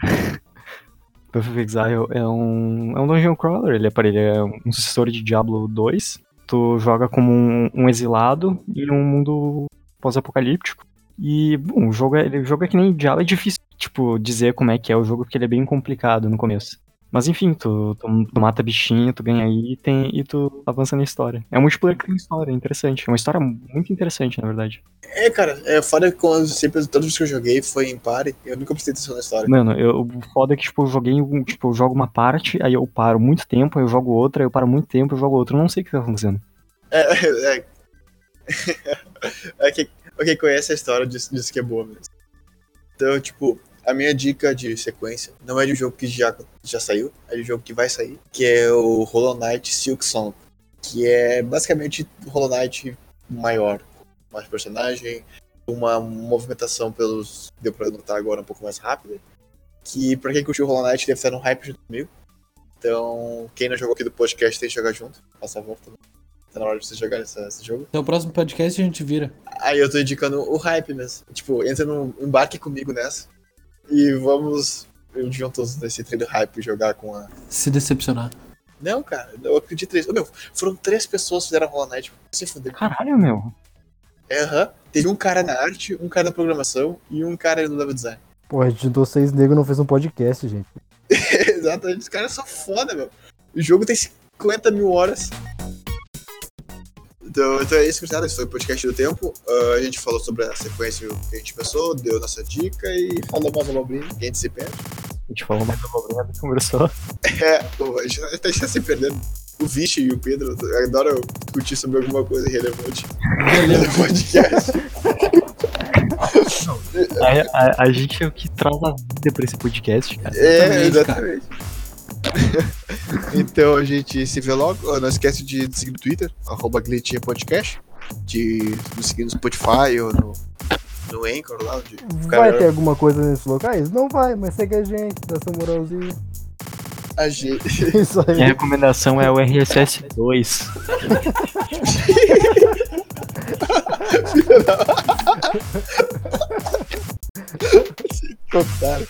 Path of Exile é um, é um dungeon crawler, ele é, pare- ele é um sucessor de Diablo 2. Tu joga como um, um exilado em um mundo pós-apocalíptico. E, bom, o jogo, é, ele- o jogo é que nem Diablo, é difícil, tipo, dizer como é que é o jogo, porque ele é bem complicado no começo. Mas enfim, tu, tu, tu mata bichinho, tu ganha item e tu avança na história. É um multiplayer que tem história, é interessante. É uma história muito interessante, na verdade.
É, cara, é foda que como eu sempre, todos os que eu joguei foi em pare. Eu nunca prestei atenção na história.
Mano, eu, o foda é que, tipo, eu joguei, um- tipo, eu jogo uma parte, aí eu paro muito tempo, aí eu jogo outra, aí eu paro muito tempo, eu jogo outra. Eu não sei o que tá acontecendo.
É, é. é que, pra quem conhece a história diz, diz que é boa mesmo. Então, tipo, a minha dica de sequência não é de um jogo que já, já saiu, é de um jogo que vai sair, que é o Hollow Knight Silk Song. Que é basicamente Hollow Knight maior. Mais personagem, uma movimentação pelos. Deu pra notar agora um pouco mais rápida. Que pra quem curtiu Hollow Knight deve estar no hype junto comigo. Então, quem não jogou aqui do podcast tem que jogar junto. Faça a volta. Tá na hora de você jogar essa- esse jogo.
Até o próximo podcast a gente vira.
Aí eu tô indicando o hype mesmo. Tipo, entra no embarque comigo nessa. E vamos juntos nesse treino hype jogar com a.
Se decepcionar.
Não, cara, eu acredito nisso. Ô, Meu, foram três pessoas que fizeram Hollow Knight. Você fudeu.
Caralho, meu.
É, aham. Teve um cara na arte, um cara na programação e um cara no level design.
Pô, a gente juntou seis negros e não fez um podcast, gente.
Exatamente, os caras são foda, meu. O jogo tem 50 mil horas. Então, então é isso, gurizada. Esse foi o podcast do tempo. Ah, a gente falou sobre a sequência que a gente pensou, deu nossa dica e falou mais uma abobrinha que a gente se perde.
A gente falou mais uma obrigada que conversou.
É, pô, a gente a gente tá se perdendo. O Vixe e o Pedro adoram discutir sobre alguma coisa relevante no podcast.
A, a- a gente é o que traz a vida pra esse podcast, cara.
É, exatamente.
Exatamente,
então a gente se vê logo. Ah, Não esquece de seguir no Twitter, arroba Glitchinha Podcast. De nos seguir no Spotify ou no, no Anchor lá onde.
Vai
Cara,
ter alguma coisa nesses locais? Não vai, mas segue a gente, dá essa moralzinha.
A gente.
Isso aí.
Minha recomendação é o RSS 2.
Contaram.